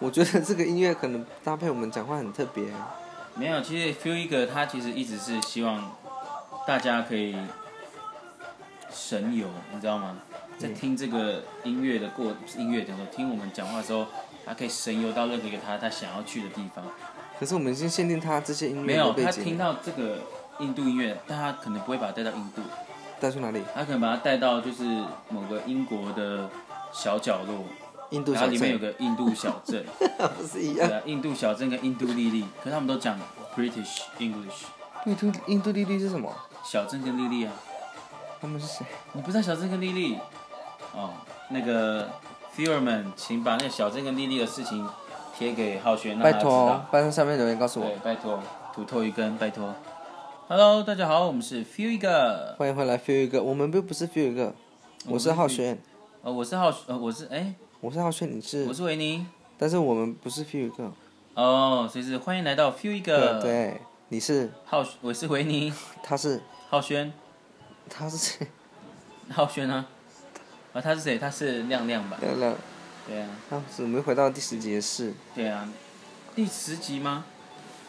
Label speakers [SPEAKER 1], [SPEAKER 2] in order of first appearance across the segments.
[SPEAKER 1] 我觉得这个音乐可能搭配我们讲话很特别、啊。
[SPEAKER 2] 没有，其实 Feel 一个他其实一直是希望大家可以神游，你知道吗？在听这个音乐的过不是音乐的时候，听我们讲话的时候，他可以神游到任何一个他他想要去的地方。
[SPEAKER 1] 可是我们先限定他这些音
[SPEAKER 2] 没
[SPEAKER 1] 乐的
[SPEAKER 2] 有，
[SPEAKER 1] 背
[SPEAKER 2] 他听
[SPEAKER 1] 景，
[SPEAKER 2] 到这个印度音乐，但他可能不会把它带到印度，
[SPEAKER 1] 带去哪里？
[SPEAKER 2] 他可能把它带到就是某个英国的小角落，
[SPEAKER 1] 印度
[SPEAKER 2] 然后
[SPEAKER 1] 小
[SPEAKER 2] 里面有
[SPEAKER 1] 镇，
[SPEAKER 2] 个印度小 镇，
[SPEAKER 1] 不是一
[SPEAKER 2] 对
[SPEAKER 1] 样？
[SPEAKER 2] 啊，印度小镇跟印度丽丽，可是他们都讲 British English，
[SPEAKER 1] 印度印度丽丽是什么？
[SPEAKER 2] 小镇跟丽丽啊，
[SPEAKER 1] 他们是谁？
[SPEAKER 2] 你不知道小镇跟丽丽，哦，那个 f e e r m a n 请把那个小镇跟丽丽的事情贴给浩轩，让
[SPEAKER 1] 拜
[SPEAKER 2] 他知
[SPEAKER 1] 托
[SPEAKER 2] 道。，
[SPEAKER 1] 拜托下面留言告诉
[SPEAKER 2] 对
[SPEAKER 1] 我。，
[SPEAKER 2] 拜托，土透一根，拜托。Hello，大家好，我们是 f e e 一个，
[SPEAKER 1] 欢迎回来 feel 一个，我们又不是 feel 一个，我是浩轩，
[SPEAKER 2] 呃，我是浩，呃，我是哎，
[SPEAKER 1] 我是浩轩，你是
[SPEAKER 2] 我，是维尼。
[SPEAKER 1] 但是我们不是 feel 一个，
[SPEAKER 2] 哦，所以是欢迎来到 f e e 一
[SPEAKER 1] 对
[SPEAKER 2] 个，
[SPEAKER 1] 对，你是，
[SPEAKER 2] 浩，我是维尼，
[SPEAKER 1] 他是，
[SPEAKER 2] 浩轩，
[SPEAKER 1] 他是谁？
[SPEAKER 2] 浩轩啊，啊，他是谁？他是亮亮吧？
[SPEAKER 1] 聊聊，
[SPEAKER 2] 对啊，
[SPEAKER 1] 啊，我们又回到第十集的事。
[SPEAKER 2] 对啊，第十集吗？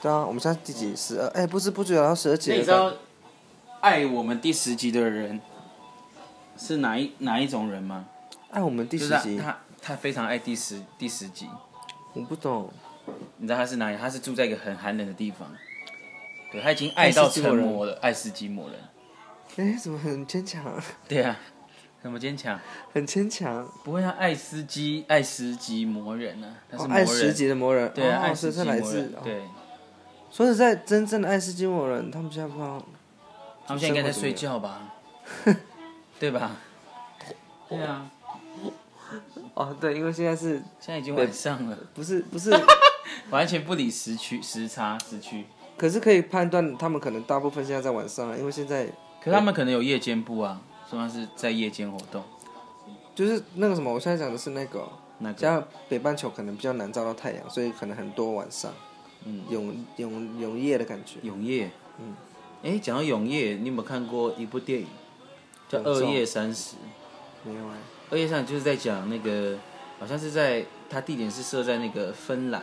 [SPEAKER 1] 对啊，我们现在第几十二？哎，不知不觉然后十二集
[SPEAKER 2] 那
[SPEAKER 1] 了。
[SPEAKER 2] 你知道爱我们第十集的人是哪一哪一种人吗？
[SPEAKER 1] 哎，我们第
[SPEAKER 2] 就
[SPEAKER 1] 十
[SPEAKER 2] 是他
[SPEAKER 1] 集，
[SPEAKER 2] 他他非常爱第十第十集。
[SPEAKER 1] 我不懂。
[SPEAKER 2] 你知道他是哪里？他是住在一个很寒冷的地方，对他已经爱到成魔了，爱斯基摩人。
[SPEAKER 1] 哎，怎么很牵强？
[SPEAKER 2] 对啊，怎么坚强？
[SPEAKER 1] 很牵强。
[SPEAKER 2] 不会啊，爱斯基爱斯基摩人啊，他是
[SPEAKER 1] 哦
[SPEAKER 2] 魔
[SPEAKER 1] 爱
[SPEAKER 2] 人。
[SPEAKER 1] 十级的魔人，
[SPEAKER 2] 对啊，
[SPEAKER 1] 哦
[SPEAKER 2] 爱
[SPEAKER 1] 所以
[SPEAKER 2] 斯基
[SPEAKER 1] 是来
[SPEAKER 2] 摩
[SPEAKER 1] 自
[SPEAKER 2] 人。。
[SPEAKER 1] 哦
[SPEAKER 2] 对，
[SPEAKER 1] 说实在，真正的爱斯基摩人，他们现在不知道
[SPEAKER 2] 他们现在应该在睡觉 吧？对吧？对啊，
[SPEAKER 1] 哦，对，因为现在是
[SPEAKER 2] 现在已经晚上了，
[SPEAKER 1] 不是 不是？
[SPEAKER 2] 完全不理时区时差时区。
[SPEAKER 1] 可是可以判断，他们可能大部分现在在晚上了，因为现在
[SPEAKER 2] 可他们可能有夜间部啊，说他是在夜间活动。
[SPEAKER 1] 就是那个什么，我现在讲的是那个哦，
[SPEAKER 2] 那个
[SPEAKER 1] 加上北半球可能比较难照到太阳，所以可能很多晚上，嗯，永永永夜的感觉。
[SPEAKER 2] 永夜，嗯，哎，讲到永夜，你有没有看过一部电影叫《
[SPEAKER 1] 永昼
[SPEAKER 2] 二夜三十》？
[SPEAKER 1] 没有哎，
[SPEAKER 2] 《二夜三十》就是在讲那个，好像是在它地点是设在那个芬兰，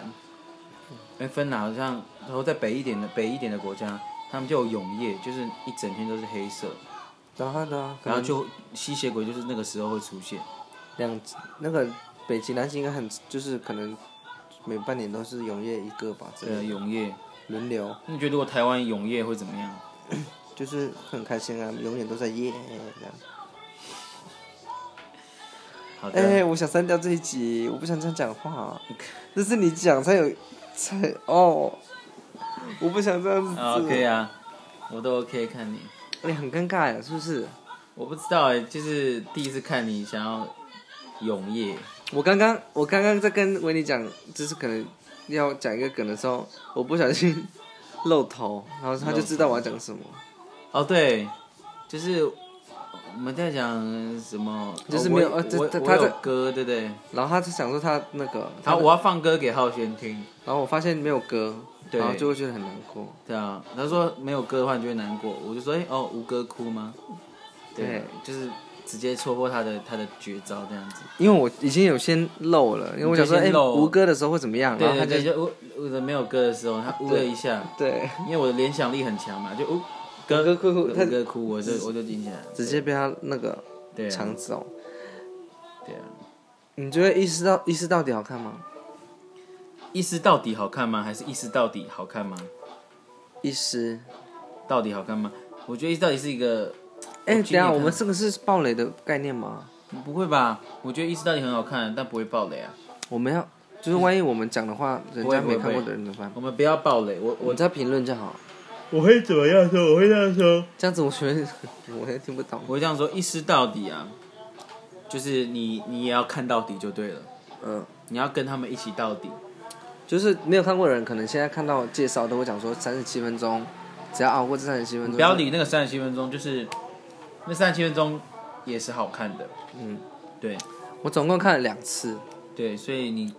[SPEAKER 1] 嗯
[SPEAKER 2] 因为芬兰好像然后在北一点的北一点的国家，他们就有永夜，就是一整天都是黑色，
[SPEAKER 1] 然后呢？啊可
[SPEAKER 2] 然后
[SPEAKER 1] 能
[SPEAKER 2] 就吸血鬼就是那个时候会出现。
[SPEAKER 1] 两那个北极、南极应该很就是可能每半年都是永夜一个吧，这
[SPEAKER 2] 对，呃永夜，
[SPEAKER 1] 轮流。
[SPEAKER 2] 那你觉得如果台湾永夜会怎么样？
[SPEAKER 1] 就是很开心啊，永远都在耶这样。
[SPEAKER 2] 好的，
[SPEAKER 1] 哎、我想删掉这一集，我不想这样讲 话，啊这是你讲才有才哦，我不想这样子。
[SPEAKER 2] 啊 OK 啊，我都 OK 看你。
[SPEAKER 1] 哎、很尴尬呀，是不是？
[SPEAKER 2] 我不知道哎、就是第一次看你想要永夜，
[SPEAKER 1] 我刚刚我刚刚在跟维尼讲，就是可能要讲一个梗的时候，我不小心露头，然后他就知道我要讲什么，
[SPEAKER 2] 哦对，就是我们在讲什么，
[SPEAKER 1] 就是
[SPEAKER 2] 哦
[SPEAKER 1] 没有
[SPEAKER 2] 我
[SPEAKER 1] 呃这
[SPEAKER 2] 我
[SPEAKER 1] 他
[SPEAKER 2] 我
[SPEAKER 1] 他
[SPEAKER 2] 有
[SPEAKER 1] 在
[SPEAKER 2] 歌对不对？
[SPEAKER 1] 然后他就想说他那个，他
[SPEAKER 2] 好，啊我要放歌给浩轩听，
[SPEAKER 1] 然后我发现没有歌，
[SPEAKER 2] 对
[SPEAKER 1] 然后就会觉得很难过。
[SPEAKER 2] 对啊，他说没有歌的话你就会难过，我就说哎、哦无歌哭吗？对，就是直接戳破他的他的绝招这样子，
[SPEAKER 1] 因为我已经有先漏了，因为我想说，
[SPEAKER 2] 你就
[SPEAKER 1] 哎、
[SPEAKER 2] 先漏
[SPEAKER 1] 吴哥的时候会怎么样？然后
[SPEAKER 2] 对
[SPEAKER 1] 他就
[SPEAKER 2] 对对，就呜我的没有歌的时候，他呜了一下，
[SPEAKER 1] 对，
[SPEAKER 2] 因为我的联想力很强嘛，就哦呜歌
[SPEAKER 1] 歌哭
[SPEAKER 2] 无
[SPEAKER 1] 他
[SPEAKER 2] 歌哭，我就我就进去了，
[SPEAKER 1] 直接被他那个
[SPEAKER 2] 对啊
[SPEAKER 1] 抢走。
[SPEAKER 2] 对啊。
[SPEAKER 1] 你觉得意识到意识到底好看吗？
[SPEAKER 2] 一丝到底好看吗？还是一丝到底好看吗？
[SPEAKER 1] 意识，
[SPEAKER 2] 到底好看吗？我觉得一丝到底是一个，
[SPEAKER 1] 哎、
[SPEAKER 2] 我
[SPEAKER 1] 等一
[SPEAKER 2] 今天
[SPEAKER 1] 下
[SPEAKER 2] 看
[SPEAKER 1] 我们这个是暴雷的概念吗？
[SPEAKER 2] 不会吧？我觉得一丝到底很好看，但不会爆雷啊。
[SPEAKER 1] 我们要就是万一我们讲的话，人
[SPEAKER 2] 不会
[SPEAKER 1] 家
[SPEAKER 2] 不会
[SPEAKER 1] 没看过的人怎么办？
[SPEAKER 2] 我们不要爆雷，我
[SPEAKER 1] 我
[SPEAKER 2] 我
[SPEAKER 1] 在评论就好，
[SPEAKER 2] 我会怎么样说？我会这样说，
[SPEAKER 1] 这样子我觉得我也听不懂。
[SPEAKER 2] 我会这样说，一丝到底啊，就是你你也要看到底就对了，
[SPEAKER 1] 嗯，
[SPEAKER 2] 你要跟他们一起到底。
[SPEAKER 1] 就是没有看过的人，可能现在看到介绍都会讲说三十七分钟，只要熬过这三十七分钟，
[SPEAKER 2] 不要理那个三十七分钟，就是那三十七分钟也是好看的。
[SPEAKER 1] 嗯，
[SPEAKER 2] 对
[SPEAKER 1] 我总共看了两次，
[SPEAKER 2] 对，所以你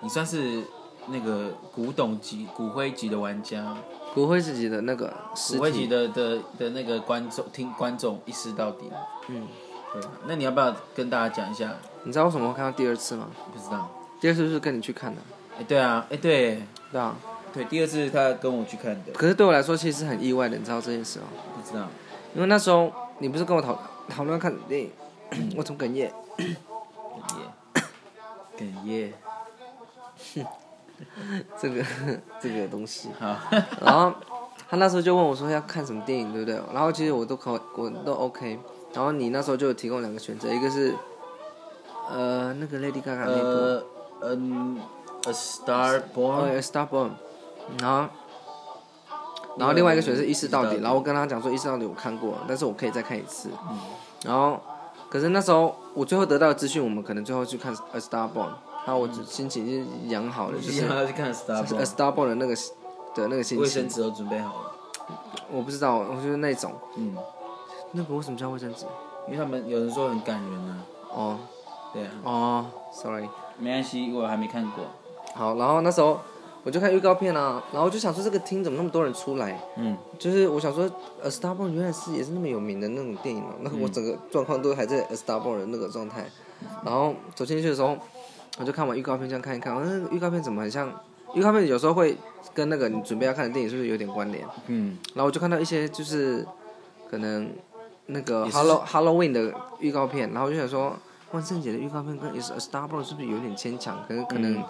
[SPEAKER 2] 你算是那个古董级、骨灰级的玩家。
[SPEAKER 1] 骨灰自己的那个尸
[SPEAKER 2] 骨灰级
[SPEAKER 1] 体，
[SPEAKER 2] 的的的那个观众听观众一视到底，
[SPEAKER 1] 嗯，
[SPEAKER 2] 对。啊那你要不要跟大家讲一下？
[SPEAKER 1] 你知道为什么会看到第二次吗？
[SPEAKER 2] 不知道，
[SPEAKER 1] 第二次是跟你去看的，
[SPEAKER 2] 哎、哎对啊，哎对
[SPEAKER 1] 对啊。
[SPEAKER 2] 对，第二次他跟我去看的，
[SPEAKER 1] 可是对我来说，其实是很意外的，你知道这件事哦、
[SPEAKER 2] 不知道，
[SPEAKER 1] 因为那时候你不是跟我讨讨论看电影， 我从哽咽。
[SPEAKER 2] 哽咽，哽咽，
[SPEAKER 1] 这个 这个东西。
[SPEAKER 2] 好，
[SPEAKER 1] 然后他那时候就问我说要看什么电影，对不对？然后其实我都可我都 OK。然后你那时候就有提供两个选择，一个是呃那个 Lady Gaga 那部。
[SPEAKER 2] 呃，嗯，A Star
[SPEAKER 1] 哦
[SPEAKER 2] Born，
[SPEAKER 1] 有，Starborn，然后，然后另外一个选是一视到
[SPEAKER 2] 一视到
[SPEAKER 1] 底，
[SPEAKER 2] 底
[SPEAKER 1] 然后我跟他讲说一视到底我看过，但是我可以再看一次。然后，可是那时候我最后得到的资讯，我们可能最后去看 A Starborn，然后我只心情是养好了，就是
[SPEAKER 2] 然后他去看 A Star
[SPEAKER 1] 是 A
[SPEAKER 2] Born，
[SPEAKER 1] Starborn 的那个的那个心
[SPEAKER 2] 卫
[SPEAKER 1] 情
[SPEAKER 2] 生，纸都准备好了，
[SPEAKER 1] 我不知道，我就是那种
[SPEAKER 2] 嗯，
[SPEAKER 1] 那个为什么叫卫生纸？
[SPEAKER 2] 因为他们有人说很感人啊，
[SPEAKER 1] 哦
[SPEAKER 2] 对啊，
[SPEAKER 1] 哦，sorry。
[SPEAKER 2] 没关系，我还没看过，
[SPEAKER 1] 好，然后那时候我就看预告片啊，然后我就想说这个厅怎么那么多人出来？
[SPEAKER 2] 嗯，
[SPEAKER 1] 就是我想说，呃，Starborn 原来是也是那么有名的那种电影哦嘛，那个我整个状况都还在 Starborn 的那个状态。然后走进去的时候，我就看完预告片，这样看一看，我那预告片怎么很像？预告片有时候会跟那个你准备要看的电影是不是有点关联？
[SPEAKER 2] 嗯，
[SPEAKER 1] 然后我就看到一些就是可能那个
[SPEAKER 2] 也是
[SPEAKER 1] Hello Halloween 的预告片，然后我就想说，万圣节的预告片跟 Is a Starborn 是不是有点牵强？可能可
[SPEAKER 2] 嗯
[SPEAKER 1] 能、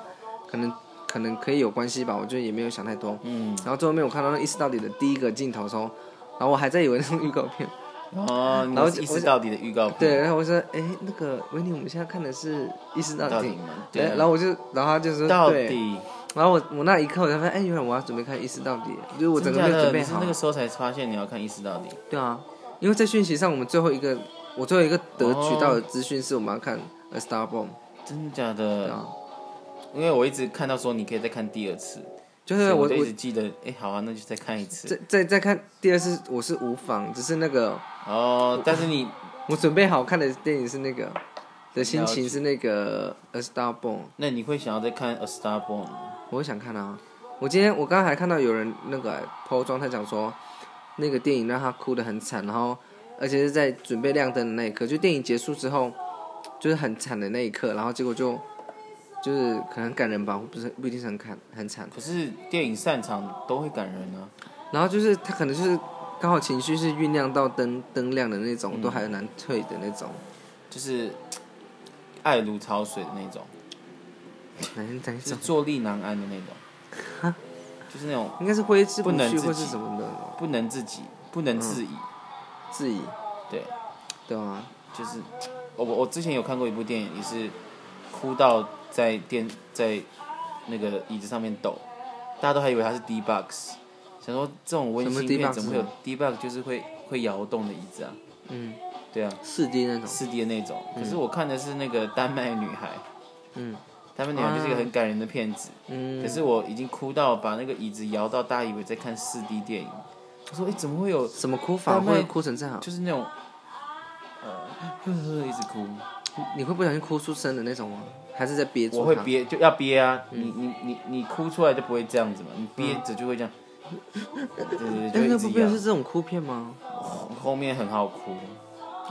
[SPEAKER 1] 可能可能可以有关系吧，我就也没有想太多。
[SPEAKER 2] 嗯，
[SPEAKER 1] 然后最后面我看到那意识到底的第一个镜头的时候，然后我还在以为那是预告片，
[SPEAKER 2] 哦，
[SPEAKER 1] 然
[SPEAKER 2] 然
[SPEAKER 1] 后
[SPEAKER 2] 后
[SPEAKER 1] 就
[SPEAKER 2] 一视到底的预告片，
[SPEAKER 1] 对，然后我说，哎，那个维尼，我们现在看的是意识到
[SPEAKER 2] 到底
[SPEAKER 1] 底。
[SPEAKER 2] 嘛，对
[SPEAKER 1] 哎，
[SPEAKER 2] 啊，
[SPEAKER 1] 然后我就，然后他就说，
[SPEAKER 2] 到
[SPEAKER 1] 对，
[SPEAKER 2] 底，
[SPEAKER 1] 然后我我那一刻我才发现，哎，原来我要准备看《意识到底》，就是我整
[SPEAKER 2] 真
[SPEAKER 1] 个
[SPEAKER 2] 假
[SPEAKER 1] 没有
[SPEAKER 2] 的？
[SPEAKER 1] 准
[SPEAKER 2] 你
[SPEAKER 1] 备
[SPEAKER 2] 是
[SPEAKER 1] 好
[SPEAKER 2] 那。个时候才发现你要看一视到底，
[SPEAKER 1] 对啊，因为在讯息上，我们最后一个，我最后一个得取到的资讯是我们要看《A Star Bomb》，
[SPEAKER 2] 真的假
[SPEAKER 1] 对
[SPEAKER 2] 的？
[SPEAKER 1] 啊，
[SPEAKER 2] 因为我一直看到说你可以再看第二次，
[SPEAKER 1] 就是我
[SPEAKER 2] 所以就一
[SPEAKER 1] 我
[SPEAKER 2] 直记得，哎，好啊，那就再看一次。
[SPEAKER 1] 再再再看第二次，我是无妨，只是那个
[SPEAKER 2] 哦，但是你
[SPEAKER 1] 我准备好看的电影是那个的心
[SPEAKER 2] 了解
[SPEAKER 1] 情是那个《A Star Bomb》。
[SPEAKER 2] 那你会想要再看《A Star Born》吗？
[SPEAKER 1] 我会想看啊。我今天我刚才还看到有人那个 PO 状态讲说，那个电影让他哭得很惨，然后而且是在准备亮灯的那一刻，就电影结束之后，就是很惨的那一刻，然后结果就就是可能很感人吧，不是不一定是很惨很惨，
[SPEAKER 2] 可是电影散场都会感人啊。
[SPEAKER 1] 然后就是他可能就是刚好情绪是酝酿到灯灯亮的那种，
[SPEAKER 2] 嗯
[SPEAKER 1] 都还很难退的那种。
[SPEAKER 2] 就是嘖爱如潮水的那种，
[SPEAKER 1] 哪一哪一
[SPEAKER 2] 就是
[SPEAKER 1] 种？
[SPEAKER 2] 坐立难安的那种，就是那种
[SPEAKER 1] 应该是挥之
[SPEAKER 2] 嗯不能
[SPEAKER 1] 去
[SPEAKER 2] 自
[SPEAKER 1] 或是
[SPEAKER 2] 己
[SPEAKER 1] 什么的
[SPEAKER 2] 不能自己、不能自已。
[SPEAKER 1] 质疑，
[SPEAKER 2] 对，
[SPEAKER 1] 对啊，
[SPEAKER 2] 就是嘖我我之前有看过一部电影，也是哭到在电在那个椅子上面抖，大家都还以为它是 D box，想说这种温
[SPEAKER 1] 什么
[SPEAKER 2] 馨片
[SPEAKER 1] D-box
[SPEAKER 2] 怎么会有
[SPEAKER 1] 呢
[SPEAKER 2] D box，就是会会摇动的椅子啊。
[SPEAKER 1] 嗯，
[SPEAKER 2] 对啊，
[SPEAKER 1] 四 D 那种，
[SPEAKER 2] 四 D 的那种。可是我看的是那个丹麦女孩，
[SPEAKER 1] 嗯
[SPEAKER 2] 丹麦女孩就是一个很感人的片子。
[SPEAKER 1] 嗯
[SPEAKER 2] 可，是我已经哭到把那个椅子摇到，大家以为在看四 D 电影。我说：“哎、怎么会有
[SPEAKER 1] 什么哭法
[SPEAKER 2] 丹麦
[SPEAKER 1] 会哭成这样？
[SPEAKER 2] 就是那种呃一直哭？
[SPEAKER 1] 你会不小心哭出声的那种吗？还是在憋住？
[SPEAKER 2] 我会。憋，就要憋啊！你你你你哭出来就不会这样子嘛，你憋着就会这样。对对
[SPEAKER 1] 哎，
[SPEAKER 2] 对，就
[SPEAKER 1] 那
[SPEAKER 2] 一
[SPEAKER 1] 部
[SPEAKER 2] 直
[SPEAKER 1] 片
[SPEAKER 2] 摇
[SPEAKER 1] 是。这种哭片吗？
[SPEAKER 2] 后后面很好哭，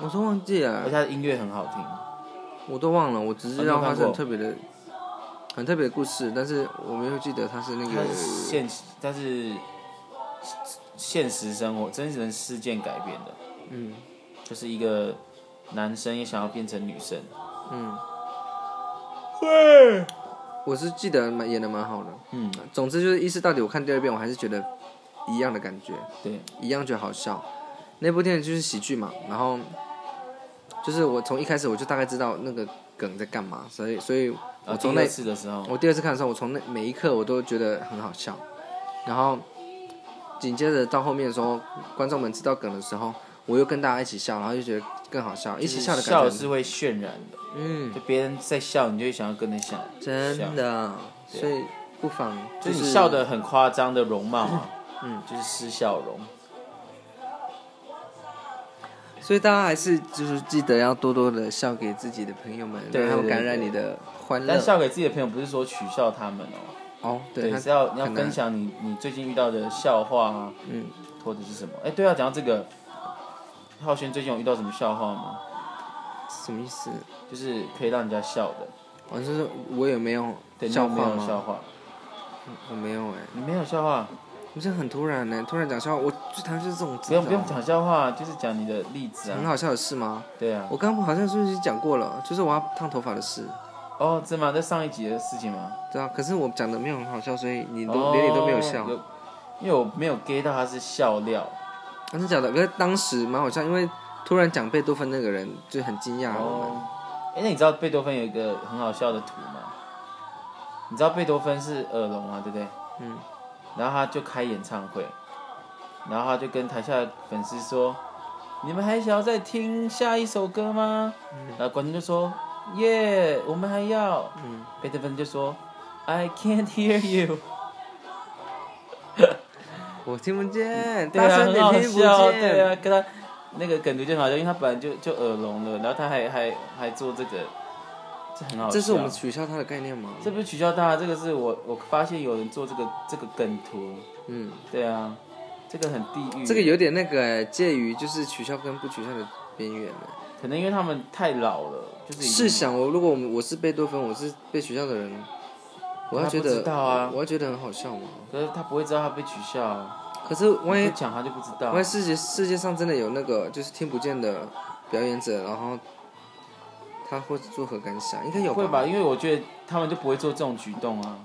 [SPEAKER 1] 我都忘记
[SPEAKER 2] 而且
[SPEAKER 1] 了，
[SPEAKER 2] 它的音乐很好听。
[SPEAKER 1] 我都忘了，我只知
[SPEAKER 2] 啊
[SPEAKER 1] 道
[SPEAKER 2] 你有看
[SPEAKER 1] 它是很
[SPEAKER 2] 过
[SPEAKER 1] 特别的、很特别的故事，但是我没有记得它是那
[SPEAKER 2] 它
[SPEAKER 1] 个
[SPEAKER 2] 是现，它是现实生活真人事件改编的，
[SPEAKER 1] 嗯
[SPEAKER 2] 就是一个男生也想要变成女生，
[SPEAKER 1] 嗯。我是记得蛮演的蛮好的，
[SPEAKER 2] 嗯，
[SPEAKER 1] 总之就是意识到底，我看第二遍我还是觉得一样的感觉，
[SPEAKER 2] 对，
[SPEAKER 1] 一样觉得好笑。那部电影就是喜剧嘛，然后就是我从一开始我就大概知道那个梗在干嘛，所以所以
[SPEAKER 2] 啊，
[SPEAKER 1] 我
[SPEAKER 2] 第
[SPEAKER 1] 从
[SPEAKER 2] 二
[SPEAKER 1] 那
[SPEAKER 2] 次的时候，
[SPEAKER 1] 我第二次看的时候，我从那每一刻我都觉得很好笑，然后紧接着到后面的时候，观众们知道梗的时候，我又跟大家一起笑，然后就觉得更好笑，一起笑的感
[SPEAKER 2] 笑
[SPEAKER 1] 觉，
[SPEAKER 2] 是会渲染的，
[SPEAKER 1] 嗯，
[SPEAKER 2] 就别人在笑，你就会想要跟着笑，
[SPEAKER 1] 真
[SPEAKER 2] 笑，
[SPEAKER 1] 的，所以不妨
[SPEAKER 2] 就是是你笑的很夸张的容貌嘛，
[SPEAKER 1] 嗯，
[SPEAKER 2] 就是失笑容，
[SPEAKER 1] 所以大家还是就是记得要多多的笑给自己的朋友们，
[SPEAKER 2] 对
[SPEAKER 1] 让他们
[SPEAKER 2] 对
[SPEAKER 1] 感
[SPEAKER 2] 对
[SPEAKER 1] 染
[SPEAKER 2] 对
[SPEAKER 1] 你的欢
[SPEAKER 2] 但
[SPEAKER 1] 乐。
[SPEAKER 2] 笑给自己的朋友不是说取笑他们哦，
[SPEAKER 1] 哦，
[SPEAKER 2] 对，
[SPEAKER 1] 他
[SPEAKER 2] 是要你要
[SPEAKER 1] 可能
[SPEAKER 2] 分享你你最近遇到的笑话啊，
[SPEAKER 1] 嗯，
[SPEAKER 2] 或者是什么，哎，对啊，讲到这个，浩轩最近有遇到什么笑话吗？
[SPEAKER 1] 什么意思？
[SPEAKER 2] 就是可以让人家笑的，
[SPEAKER 1] 我就是我也没有
[SPEAKER 2] 对，你有
[SPEAKER 1] 笑
[SPEAKER 2] 没
[SPEAKER 1] 话
[SPEAKER 2] 有笑
[SPEAKER 1] 吗？
[SPEAKER 2] 话？
[SPEAKER 1] 我没有哎、
[SPEAKER 2] 你没有笑话，
[SPEAKER 1] 不是很突然呢、突然讲笑话，我最讨厌就是这种
[SPEAKER 2] 不用不用
[SPEAKER 1] 这
[SPEAKER 2] 讲笑话，啊就是讲你的例子
[SPEAKER 1] 种很
[SPEAKER 2] 啊。
[SPEAKER 1] 好哦笑的哦事吗？
[SPEAKER 2] 对啊。
[SPEAKER 1] 我刚刚好像是不是讲过了，就是我要烫头发的事，
[SPEAKER 2] 哦，是吗？在上一集的事情吗？
[SPEAKER 1] 对啊。可是我讲的没有很好笑，所以你都、
[SPEAKER 2] 哦
[SPEAKER 1] 连你都没有笑，
[SPEAKER 2] 有因为我没有 get 到它是笑料。
[SPEAKER 1] 真的假的？可是当时蛮好笑，因为突然讲贝多芬那个人就很惊讶我们，
[SPEAKER 2] 哦，哎、那你知道贝多芬有一个很好笑的图吗？你知道贝多芬是耳聋嘛，对不对？
[SPEAKER 1] 嗯。
[SPEAKER 2] 然后他就开演唱会，然后他就跟台下的粉丝说：“你们还想要再听下一首歌吗？”然后观众就说：“耶、我们还要。”
[SPEAKER 1] 嗯，
[SPEAKER 2] 贝多芬就说：“I can't hear you。
[SPEAKER 1] 我听不见，”
[SPEAKER 2] 对
[SPEAKER 1] 大
[SPEAKER 2] 啊，
[SPEAKER 1] 声
[SPEAKER 2] 很
[SPEAKER 1] 点
[SPEAKER 2] 好
[SPEAKER 1] 听不
[SPEAKER 2] 笑，
[SPEAKER 1] 见，
[SPEAKER 2] 对啊，跟他那个梗图就很好笑，因为他本来就就耳聋了，然后他还还还做这个，这很好笑。
[SPEAKER 1] 这是我们取消他的概念吗？
[SPEAKER 2] 这不是取笑他，这个是我我发现有人做这个这个梗图，
[SPEAKER 1] 嗯，
[SPEAKER 2] 对啊，这个很地狱。
[SPEAKER 1] 这个有点那个、欸、介于就是取消跟不取消的边缘了。
[SPEAKER 2] 可能因为他们太老了，就是已经
[SPEAKER 1] 试想哦我如果我们我是贝多芬，我是被取笑的人，我要
[SPEAKER 2] 他
[SPEAKER 1] 觉
[SPEAKER 2] 不
[SPEAKER 1] 得
[SPEAKER 2] 知道啊
[SPEAKER 1] 我要觉得很好笑吗？
[SPEAKER 2] 可是他不会知道他被取笑啊，
[SPEAKER 1] 可是万
[SPEAKER 2] 你
[SPEAKER 1] 一
[SPEAKER 2] 不讲他就不知道啊
[SPEAKER 1] 万一。世界世界上真的有那个就是听不见的表演者，然后他会作何感想？应该有
[SPEAKER 2] 会
[SPEAKER 1] 吧
[SPEAKER 2] 吧？？因为我觉得他们就不会做这种举动啊，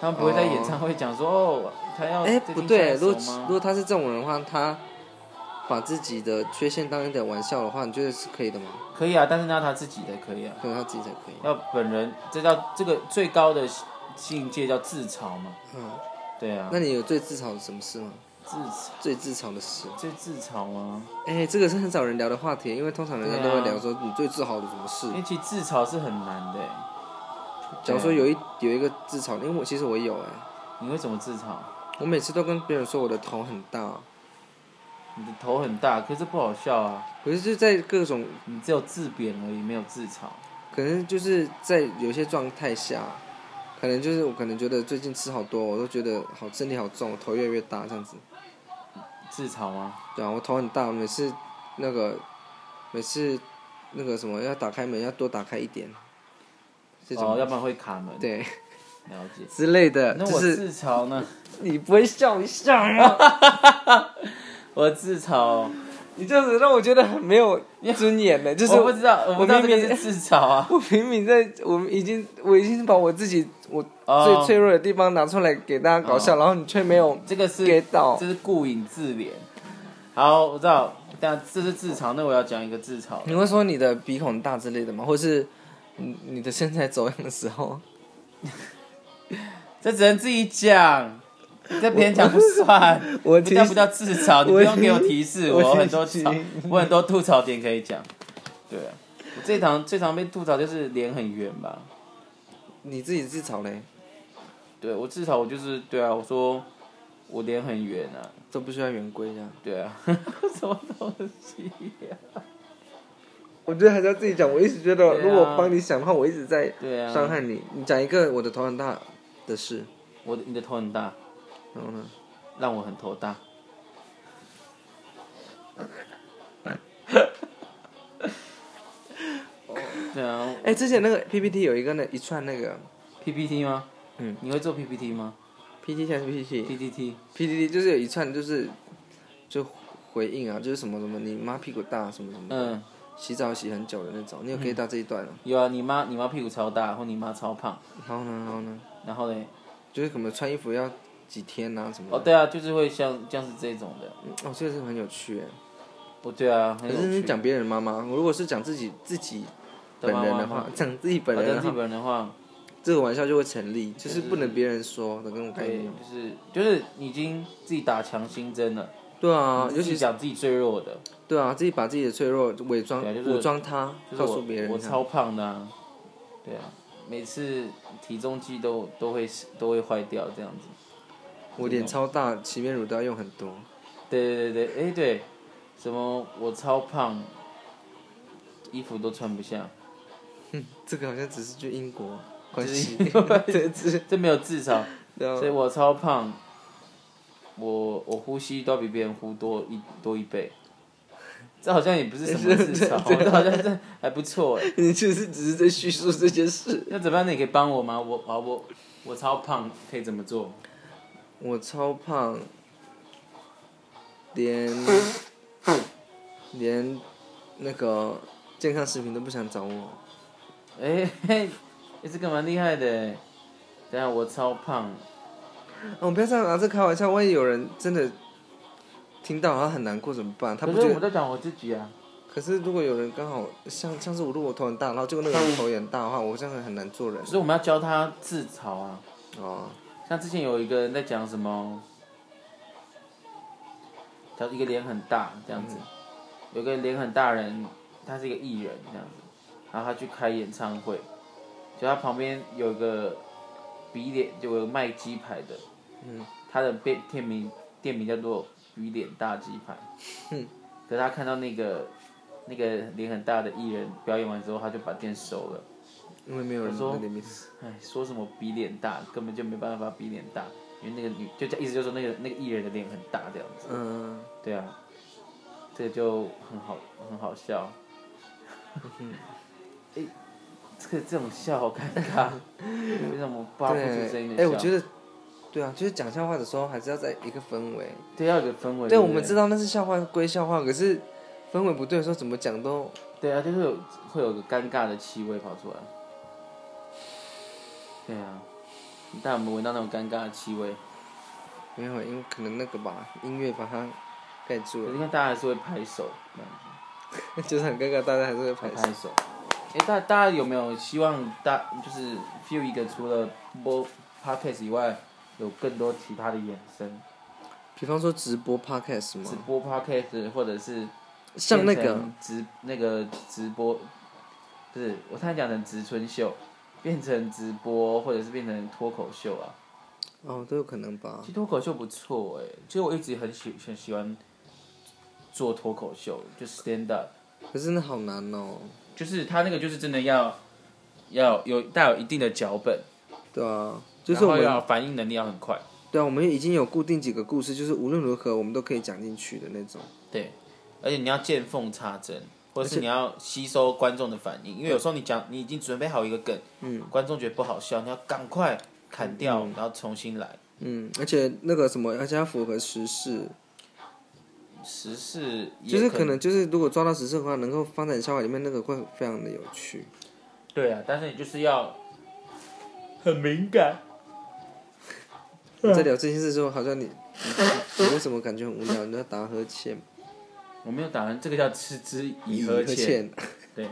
[SPEAKER 2] 他们不会在演唱会讲说哦，他要
[SPEAKER 1] 哎、
[SPEAKER 2] 再听
[SPEAKER 1] 不对，
[SPEAKER 2] 下
[SPEAKER 1] 如
[SPEAKER 2] 一
[SPEAKER 1] 果
[SPEAKER 2] 首吗
[SPEAKER 1] 如果他是这种人的话，他把自己的缺陷当一点玩笑的话，你觉得是可以的吗？
[SPEAKER 2] 可以啊，但是那他自己的可以啊，
[SPEAKER 1] 可能他自己才可以。
[SPEAKER 2] 要本人这叫这个最高的境界叫自嘲嘛，
[SPEAKER 1] 嗯，
[SPEAKER 2] 对啊，
[SPEAKER 1] 那你有最自嘲的什么事吗？
[SPEAKER 2] 自嘲
[SPEAKER 1] 最自嘲的事？
[SPEAKER 2] 这自嘲啊吗？
[SPEAKER 1] 哎、这个是很少人聊的话题，因为通常人家都会聊说你最自豪的什么事。
[SPEAKER 2] 因为其实自嘲是很难的欸，
[SPEAKER 1] 假如说有一有一个自嘲，因为我其实我有哎、
[SPEAKER 2] 你会怎么自嘲？
[SPEAKER 1] 我每次都跟别人说我的头很大，
[SPEAKER 2] 你的头很大，可是不好笑啊，
[SPEAKER 1] 可是就在各种
[SPEAKER 2] 你只有自贬而已，没有自嘲。
[SPEAKER 1] 可能就是在有些状态下，可能就是我可能觉得最近吃好多，我都觉得好身体好重，头越来越大这样子。
[SPEAKER 2] 自嘲吗？
[SPEAKER 1] 对啊，我头很大，每次那个每次那个什么要打开门要多打开一点，这种、
[SPEAKER 2] 哦，要不然会卡门。
[SPEAKER 1] 对
[SPEAKER 2] 了解。
[SPEAKER 1] 之类的，
[SPEAKER 2] 那
[SPEAKER 1] 就
[SPEAKER 2] 我
[SPEAKER 1] 是
[SPEAKER 2] 自嘲呢？
[SPEAKER 1] 你不会笑一下 啊，
[SPEAKER 2] 我自嘲，
[SPEAKER 1] 你这样子让我觉得很没有尊严的，就是
[SPEAKER 2] 我不知道，我不知道这
[SPEAKER 1] 明
[SPEAKER 2] 个
[SPEAKER 1] 明
[SPEAKER 2] 是自嘲啊。
[SPEAKER 1] 我明明在，我已经我已经把我自己我最
[SPEAKER 2] 哦，
[SPEAKER 1] 脆弱的地方拿出来给大家搞笑，然后你却没有
[SPEAKER 2] 这个是
[SPEAKER 1] get 到
[SPEAKER 2] 这。是顾影自怜。好，我知道，但这是自嘲。那我要讲一个自嘲。
[SPEAKER 1] 你会说你的鼻孔大之类的吗？或是你你的身材走样的时候？
[SPEAKER 2] 这只能自己讲，你在别人讲不算。
[SPEAKER 1] 我
[SPEAKER 2] 这
[SPEAKER 1] 其
[SPEAKER 2] 叫不
[SPEAKER 1] 实
[SPEAKER 2] 叫自嘲？你不用给我提示，
[SPEAKER 1] 我
[SPEAKER 2] 我很多
[SPEAKER 1] 其
[SPEAKER 2] 槽，我很多吐槽点可以讲。对啊，我最常最常被吐槽就是脸很圆吧。
[SPEAKER 1] 你自己自嘲嘞，
[SPEAKER 2] 对我自嘲，我就是对啊，我说我脸很圆啊，
[SPEAKER 1] 都不需要圆规这样。
[SPEAKER 2] 对啊， 什么东西啊呀、
[SPEAKER 1] 我觉得还是要自己讲。我一直觉得，
[SPEAKER 2] 对啊
[SPEAKER 1] 如果帮你想的话，我一直在
[SPEAKER 2] 对啊，
[SPEAKER 1] 伤害你。你讲一个我的头很大的事，
[SPEAKER 2] 我的你的头很大，
[SPEAKER 1] 然后呢？
[SPEAKER 2] 让我很头 大。对啊
[SPEAKER 1] 哎、之前那个 PPT 有一个那一串那个
[SPEAKER 2] ，PPT 吗？
[SPEAKER 1] 嗯，
[SPEAKER 2] 你会做 PPT 吗
[SPEAKER 1] PPT 还是 PPT？
[SPEAKER 2] ？PPT
[SPEAKER 1] PDD 就是有一串就是就回应啊，就是什么什么你妈屁股大什么什么，
[SPEAKER 2] 嗯，
[SPEAKER 1] 洗澡洗很久的那种，你有 get 到这一段了、
[SPEAKER 2] 有啊，你妈你妈屁股超大，或你妈超胖，
[SPEAKER 1] 然后呢，然后呢，
[SPEAKER 2] 然后嘞，
[SPEAKER 1] 就是可能穿衣服要几天啊什么
[SPEAKER 2] 哦
[SPEAKER 1] 的。
[SPEAKER 2] 对啊，就是会像像是这种的，
[SPEAKER 1] 嗯哦，这个是很有趣哎。
[SPEAKER 2] 不对啊，很
[SPEAKER 1] 可
[SPEAKER 2] 有
[SPEAKER 1] 是你
[SPEAKER 2] 趣。
[SPEAKER 1] 讲别人妈妈，我如果是讲自己自己
[SPEAKER 2] 对
[SPEAKER 1] 本
[SPEAKER 2] 妈妈哦
[SPEAKER 1] 人的话，讲自己本
[SPEAKER 2] 好
[SPEAKER 1] 人的
[SPEAKER 2] 像日
[SPEAKER 1] 话，
[SPEAKER 2] 本人的话，
[SPEAKER 1] 这个玩笑就会成立，就是不能别人说的那种概
[SPEAKER 2] 对，
[SPEAKER 1] 念。
[SPEAKER 2] 就是就是已经自己打强心针了，
[SPEAKER 1] 对啊，尤
[SPEAKER 2] 尤
[SPEAKER 1] 其
[SPEAKER 2] 其
[SPEAKER 1] 是
[SPEAKER 2] 讲自己最弱的，
[SPEAKER 1] 对啊，自己把自己的脆弱伪装
[SPEAKER 2] 对啊就是
[SPEAKER 1] 武装它，
[SPEAKER 2] 就是
[SPEAKER 1] 告诉
[SPEAKER 2] 我
[SPEAKER 1] 别人
[SPEAKER 2] 我
[SPEAKER 1] 它
[SPEAKER 2] 超胖的、啊，对啊，每次体重计都都会都会坏掉这样子。
[SPEAKER 1] 我脸超大，洗面乳都要用很多。
[SPEAKER 2] 对对对对，哎对，什么我超胖，衣服都穿不下，
[SPEAKER 1] 这个好像只是去英国关
[SPEAKER 2] 只是
[SPEAKER 1] 系， 对，只是
[SPEAKER 2] 这没有自嘲。
[SPEAKER 1] 然后
[SPEAKER 2] 所以我超胖，我我呼吸都要比别人呼多一多一倍，这好像也不是什么自 嘲，这好像是还不错哎。
[SPEAKER 1] 你就是只是在叙述这件事。
[SPEAKER 2] 那怎么样？你可以帮我吗？我啊我我超胖，可以怎么做？
[SPEAKER 1] 我超胖， 连连那个健康食品都不想找我。
[SPEAKER 2] 哎、嘿，哎这个蛮厉害的哎。等一下我超胖，
[SPEAKER 1] 哦，不要这样拿这开玩笑，万一有人真的听到，他很难过怎么办？他
[SPEAKER 2] 可
[SPEAKER 1] 不
[SPEAKER 2] 是
[SPEAKER 1] 觉
[SPEAKER 2] 我
[SPEAKER 1] 得？
[SPEAKER 2] 在讲我自己啊。
[SPEAKER 1] 可是如果有人刚好像像是我，如果我头很大，然后结果那个人头也很大的话，我这样很难做人
[SPEAKER 2] 可是我们要教他自嘲啊。
[SPEAKER 1] 哦。
[SPEAKER 2] 像之前有一个人在讲什么，他一个脸很大这样子，有个脸很大的人，他是一个艺人这样子，然后他去开演唱会，就他旁边有一个比脸，就有卖鸡排的，
[SPEAKER 1] 嗯，
[SPEAKER 2] 他的店店名店名叫做比脸大鸡排，
[SPEAKER 1] 嗯，
[SPEAKER 2] 可是他看到那个那个脸很大的艺人表演完之后，他就把店收了。
[SPEAKER 1] 因为没有人
[SPEAKER 2] 我说
[SPEAKER 1] 在里面。
[SPEAKER 2] 哎，说什么比脸大，根本就没办法比脸大，因为那个女就意思就是说那个那个艺人的脸很大这样子。
[SPEAKER 1] 嗯，
[SPEAKER 2] 对啊，这个就很好很好笑。
[SPEAKER 1] 嗯
[SPEAKER 2] 哎、这个这种笑好尴尬，为什么发不出声
[SPEAKER 1] 对
[SPEAKER 2] 音的，笑？
[SPEAKER 1] 哎，我觉
[SPEAKER 2] 得
[SPEAKER 1] 得，对啊，就是讲笑话的时候还是要在一个氛围。
[SPEAKER 2] 对啊要有个氛围。
[SPEAKER 1] 对，
[SPEAKER 2] 对不
[SPEAKER 1] 我
[SPEAKER 2] 对
[SPEAKER 1] 们知道那是笑话归笑话，可是氛围不对的时候怎么讲都
[SPEAKER 2] 对啊，就是有会有个尴尬的气味跑出来。对啊，但我们闻到那种尴尬的气味，
[SPEAKER 1] 没有，因为可能那个吧，音乐把它盖住了
[SPEAKER 2] 可 是，你看大家还是会拍手。这样
[SPEAKER 1] 就是很尴尬，大家还是会拍手。
[SPEAKER 2] 拍手。哎、大大家有没有希望大就是 feel 一个除了播 podcast 以外，有更多其他的衍生，
[SPEAKER 1] 比方说直播 podcast
[SPEAKER 2] 直
[SPEAKER 1] 吗？
[SPEAKER 2] 播 podcast 或者是
[SPEAKER 1] 像那
[SPEAKER 2] 变
[SPEAKER 1] 个
[SPEAKER 2] 成直那个直播，不是我刚才讲成植村秀，变成直播或者是变成脱口秀啊。
[SPEAKER 1] 哦，都有可能吧
[SPEAKER 2] 其。实脱口秀不错哎、其实我一直很喜很喜欢做脱口秀，就 stand up。
[SPEAKER 1] 可是那好难哦。
[SPEAKER 2] 就是他那个就是真的要要有带有一定的脚本，
[SPEAKER 1] 对啊，就是我
[SPEAKER 2] 然后
[SPEAKER 1] 们
[SPEAKER 2] 要反应能力要很快。
[SPEAKER 1] 对啊，我们已经有固定几个故事，就是无论如何我们都可以讲进去的那种。
[SPEAKER 2] 对，而且你要见缝插针，或者是你要吸收观众的反应，因为有时候你讲你已经准备好一个梗，嗯，观众觉得不好笑，你要赶快砍掉，然后重新来。
[SPEAKER 1] 嗯，而且那个什么，而且要符合时事，
[SPEAKER 2] 时事也
[SPEAKER 1] 就是可
[SPEAKER 2] 能
[SPEAKER 1] 能就是如果抓到时事的话，能够放在笑话里面，那个会非常的有趣。
[SPEAKER 2] 对啊，但是你就是要很敏感。
[SPEAKER 1] 你在聊这件事的时候，好像你 你你为什么感觉很无聊？你在打呵欠，
[SPEAKER 2] 我没有打算，这个叫嗤之以和
[SPEAKER 1] 呵
[SPEAKER 2] 且，对，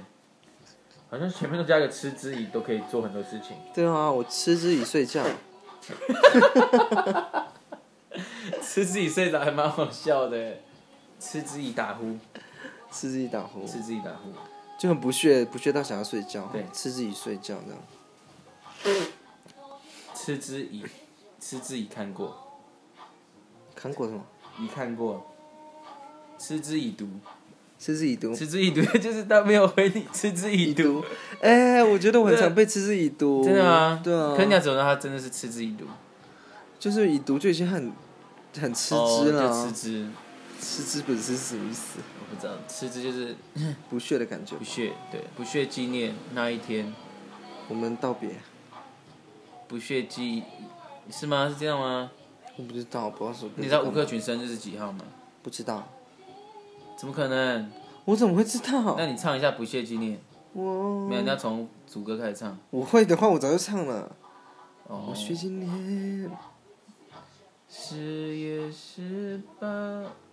[SPEAKER 2] 好像前面都加个嗤之以，都可以做很多事情。
[SPEAKER 1] 对啊，我嗤之以睡觉。
[SPEAKER 2] 嗤之以睡着还蛮好笑的，哦嗤之以打呼，
[SPEAKER 1] 嗤之以打呼，
[SPEAKER 2] 嗤之以打呼。
[SPEAKER 1] 就很不屑，不屑到想要睡觉，
[SPEAKER 2] 对
[SPEAKER 1] 嗤之以睡觉这样。
[SPEAKER 2] 嗤之以嗤之以看过，
[SPEAKER 1] 看过什么？
[SPEAKER 2] 以看过，嗤之以读，
[SPEAKER 1] 嗤之以毒，
[SPEAKER 2] 嗤之以读 就是他没有回你，嗤之以读，
[SPEAKER 1] 哎、我觉得我很常被嗤之以毒，
[SPEAKER 2] 真的吗？
[SPEAKER 1] 对啊，
[SPEAKER 2] 可是你要怎么知道他真的是嗤之以读？
[SPEAKER 1] 就是以毒就已经很很嗤
[SPEAKER 2] 哦
[SPEAKER 1] 之了、
[SPEAKER 2] 就嗤之，
[SPEAKER 1] 嗤之本身是什么意思？
[SPEAKER 2] 我不知道，嗤之就是
[SPEAKER 1] 不屑的感觉
[SPEAKER 2] 不。屑，对，不屑纪念那一天，
[SPEAKER 1] 我们道别，
[SPEAKER 2] 不屑记，是吗？是这样吗？
[SPEAKER 1] 我不知道，不知道是。
[SPEAKER 2] 你知道吴克群生日是几号吗？
[SPEAKER 1] 不知道，
[SPEAKER 2] 怎么可能？
[SPEAKER 1] 我怎么会知道？
[SPEAKER 2] 那你唱一下不屑纪念，
[SPEAKER 1] 我
[SPEAKER 2] 没有，你要从主歌开始唱。
[SPEAKER 1] 我会的话，我早就唱了。
[SPEAKER 2] 哦
[SPEAKER 1] 我学今年
[SPEAKER 2] 十月十八，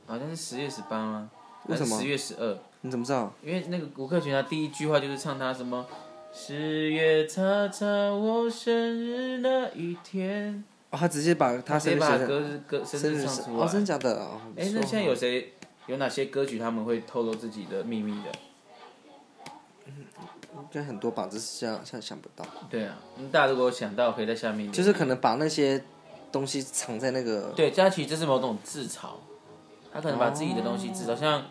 [SPEAKER 2] 好像是十月十八吗？
[SPEAKER 1] 为什么
[SPEAKER 2] 十月十二，
[SPEAKER 1] 你怎么知道？
[SPEAKER 2] 因为那个吴克群他第一句话就是唱他什么十月叉叉我生日那一天，
[SPEAKER 1] 哦，他直接把他
[SPEAKER 2] 直接
[SPEAKER 1] 生日
[SPEAKER 2] 把
[SPEAKER 1] 写
[SPEAKER 2] 歌
[SPEAKER 1] 成
[SPEAKER 2] 日歌生
[SPEAKER 1] 生
[SPEAKER 2] 日
[SPEAKER 1] 日
[SPEAKER 2] 唱
[SPEAKER 1] 是
[SPEAKER 2] 出
[SPEAKER 1] 哦，真
[SPEAKER 2] 来。
[SPEAKER 1] 的假的？哦
[SPEAKER 2] 哎，
[SPEAKER 1] 不
[SPEAKER 2] 那
[SPEAKER 1] 错
[SPEAKER 2] 现在有谁有哪些歌曲他们会透露自己的秘密的？
[SPEAKER 1] 应该哦很多吧，只是想想想不到，
[SPEAKER 2] 对啊，嗯大家如果有想到可以在下面留言。
[SPEAKER 1] 就是可能把那些东西藏在那个
[SPEAKER 2] 对，佳琪这是某种自嘲，他可能把自己的东西自嘲，像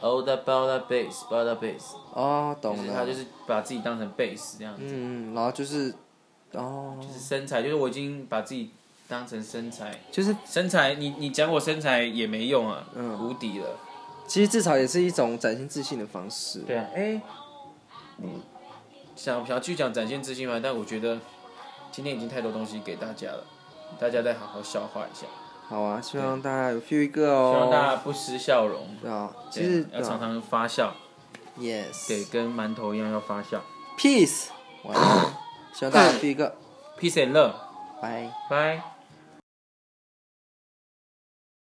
[SPEAKER 2] Oh the b o l the bass b o l the bass。
[SPEAKER 1] 哦，懂
[SPEAKER 2] 就是
[SPEAKER 1] 了，
[SPEAKER 2] 他就是把自己当成 base 这样，
[SPEAKER 1] 嗯，然后就是哦，
[SPEAKER 2] 就是身材，就是我已经把自己当成身材，
[SPEAKER 1] 就是嗯
[SPEAKER 2] 身材你你讲我身材也没用啊，无敌了，
[SPEAKER 1] 其实自嘲也是一种展现自信的方式。
[SPEAKER 2] 对啊，哎、想想去讲展现自信嘛，但我觉得今天已经太多东西给大家了，大家再好好消化一下，
[SPEAKER 1] 好啊，希望大家有 feel 一个
[SPEAKER 2] 希望大
[SPEAKER 1] 哦。
[SPEAKER 2] 家不失笑容，
[SPEAKER 1] 对啊，其
[SPEAKER 2] 对
[SPEAKER 1] 实
[SPEAKER 2] 要常常发笑，
[SPEAKER 1] 对啊 yes，
[SPEAKER 2] 对，跟馒头一样要发笑
[SPEAKER 1] ，peace，完了希望大家 feel 一个，
[SPEAKER 2] ，peace and love，
[SPEAKER 1] 拜。
[SPEAKER 2] 拜。